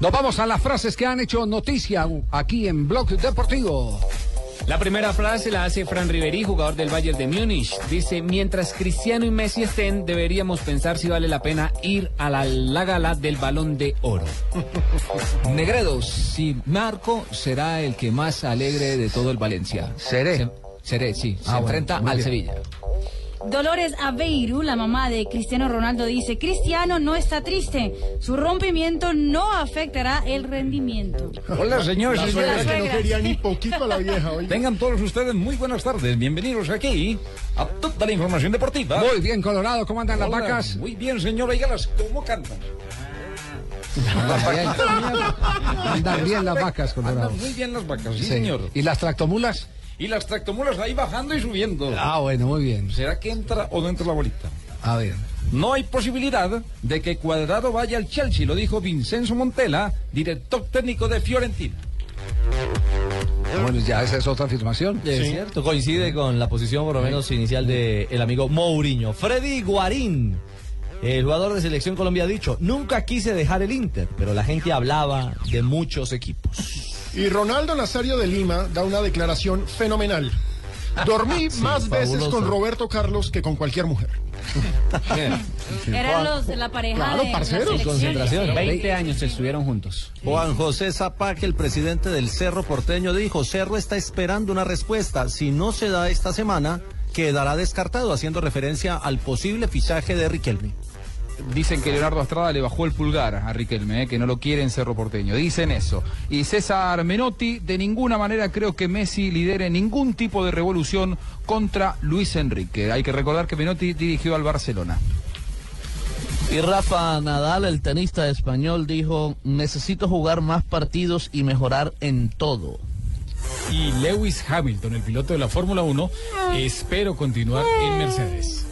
Nos vamos a las frases que han hecho noticia aquí en Blog Deportivo. La primera frase la hace Fran Riveri, jugador del Bayern de Múnich. Dice, mientras Cristiano y Messi estén, deberíamos pensar si vale la pena ir a la, la gala del balón de oro. Negredo, si marco, será el que más alegre de todo el Valencia. Seré. Ah, Se- seré, sí. se bueno, enfrenta muy al bien. Sevilla. Dolores Aveiru, la mamá de Cristiano Ronaldo, dice, Cristiano no está triste, su rompimiento no afectará el rendimiento. Hola, señores. La y suegra señoras. que no quería ni poquito a la vieja, oiga. Tengan todos ustedes muy buenas tardes. Bienvenidos aquí a toda la información deportiva. Muy bien, Colorado. ¿Cómo andan las Hola, vacas? Muy bien, señora. Oígalas, ¿cómo cantan? Bien. Andan bien las vacas, Colorado. Andan muy bien las vacas, sí, Sí. señor. ¿Y las tractomulas? Y las tractomulas ahí bajando y subiendo. Ah, bueno, muy bien. ¿Será que entra o no entra la bolita? A ver. No hay posibilidad de que Cuadrado vaya al Chelsea, lo dijo Vincenzo Montella, director técnico de Fiorentina. Bueno, ya esa es otra afirmación. Es cierto, coincide con la posición por lo menos inicial del el amigo Mourinho. Freddy Guarín, el jugador de Selección Colombia, ha dicho, nunca quise dejar el Inter, pero la gente hablaba de muchos equipos. Y Ronaldo Nazario de Lima da una declaración fenomenal. Dormí más veces fabuloso. con Roberto Carlos que con cualquier mujer. Eran los, la pareja Claro, de la parceros. selección. Concentración. 20 años estuvieron juntos. Juan José Zapac, el presidente del Cerro Porteño, dijo, Cerro está esperando una respuesta. Si no se da esta semana, quedará descartado, haciendo referencia al posible fichaje de Riquelme. Dicen que Leonardo Estrada le bajó el pulgar a Riquelme, eh, que no lo quiere en Cerro Porteño. Dicen eso. Y César Menotti, de ninguna manera creo que Messi lidere ningún tipo de revolución contra Luis Enrique. Hay que recordar que Menotti dirigió al Barcelona. Y Rafa Nadal, el tenista español, dijo, necesito jugar más partidos y mejorar en todo. y Lewis Hamilton, el piloto de la Fórmula 1, espero continuar en Mercedes.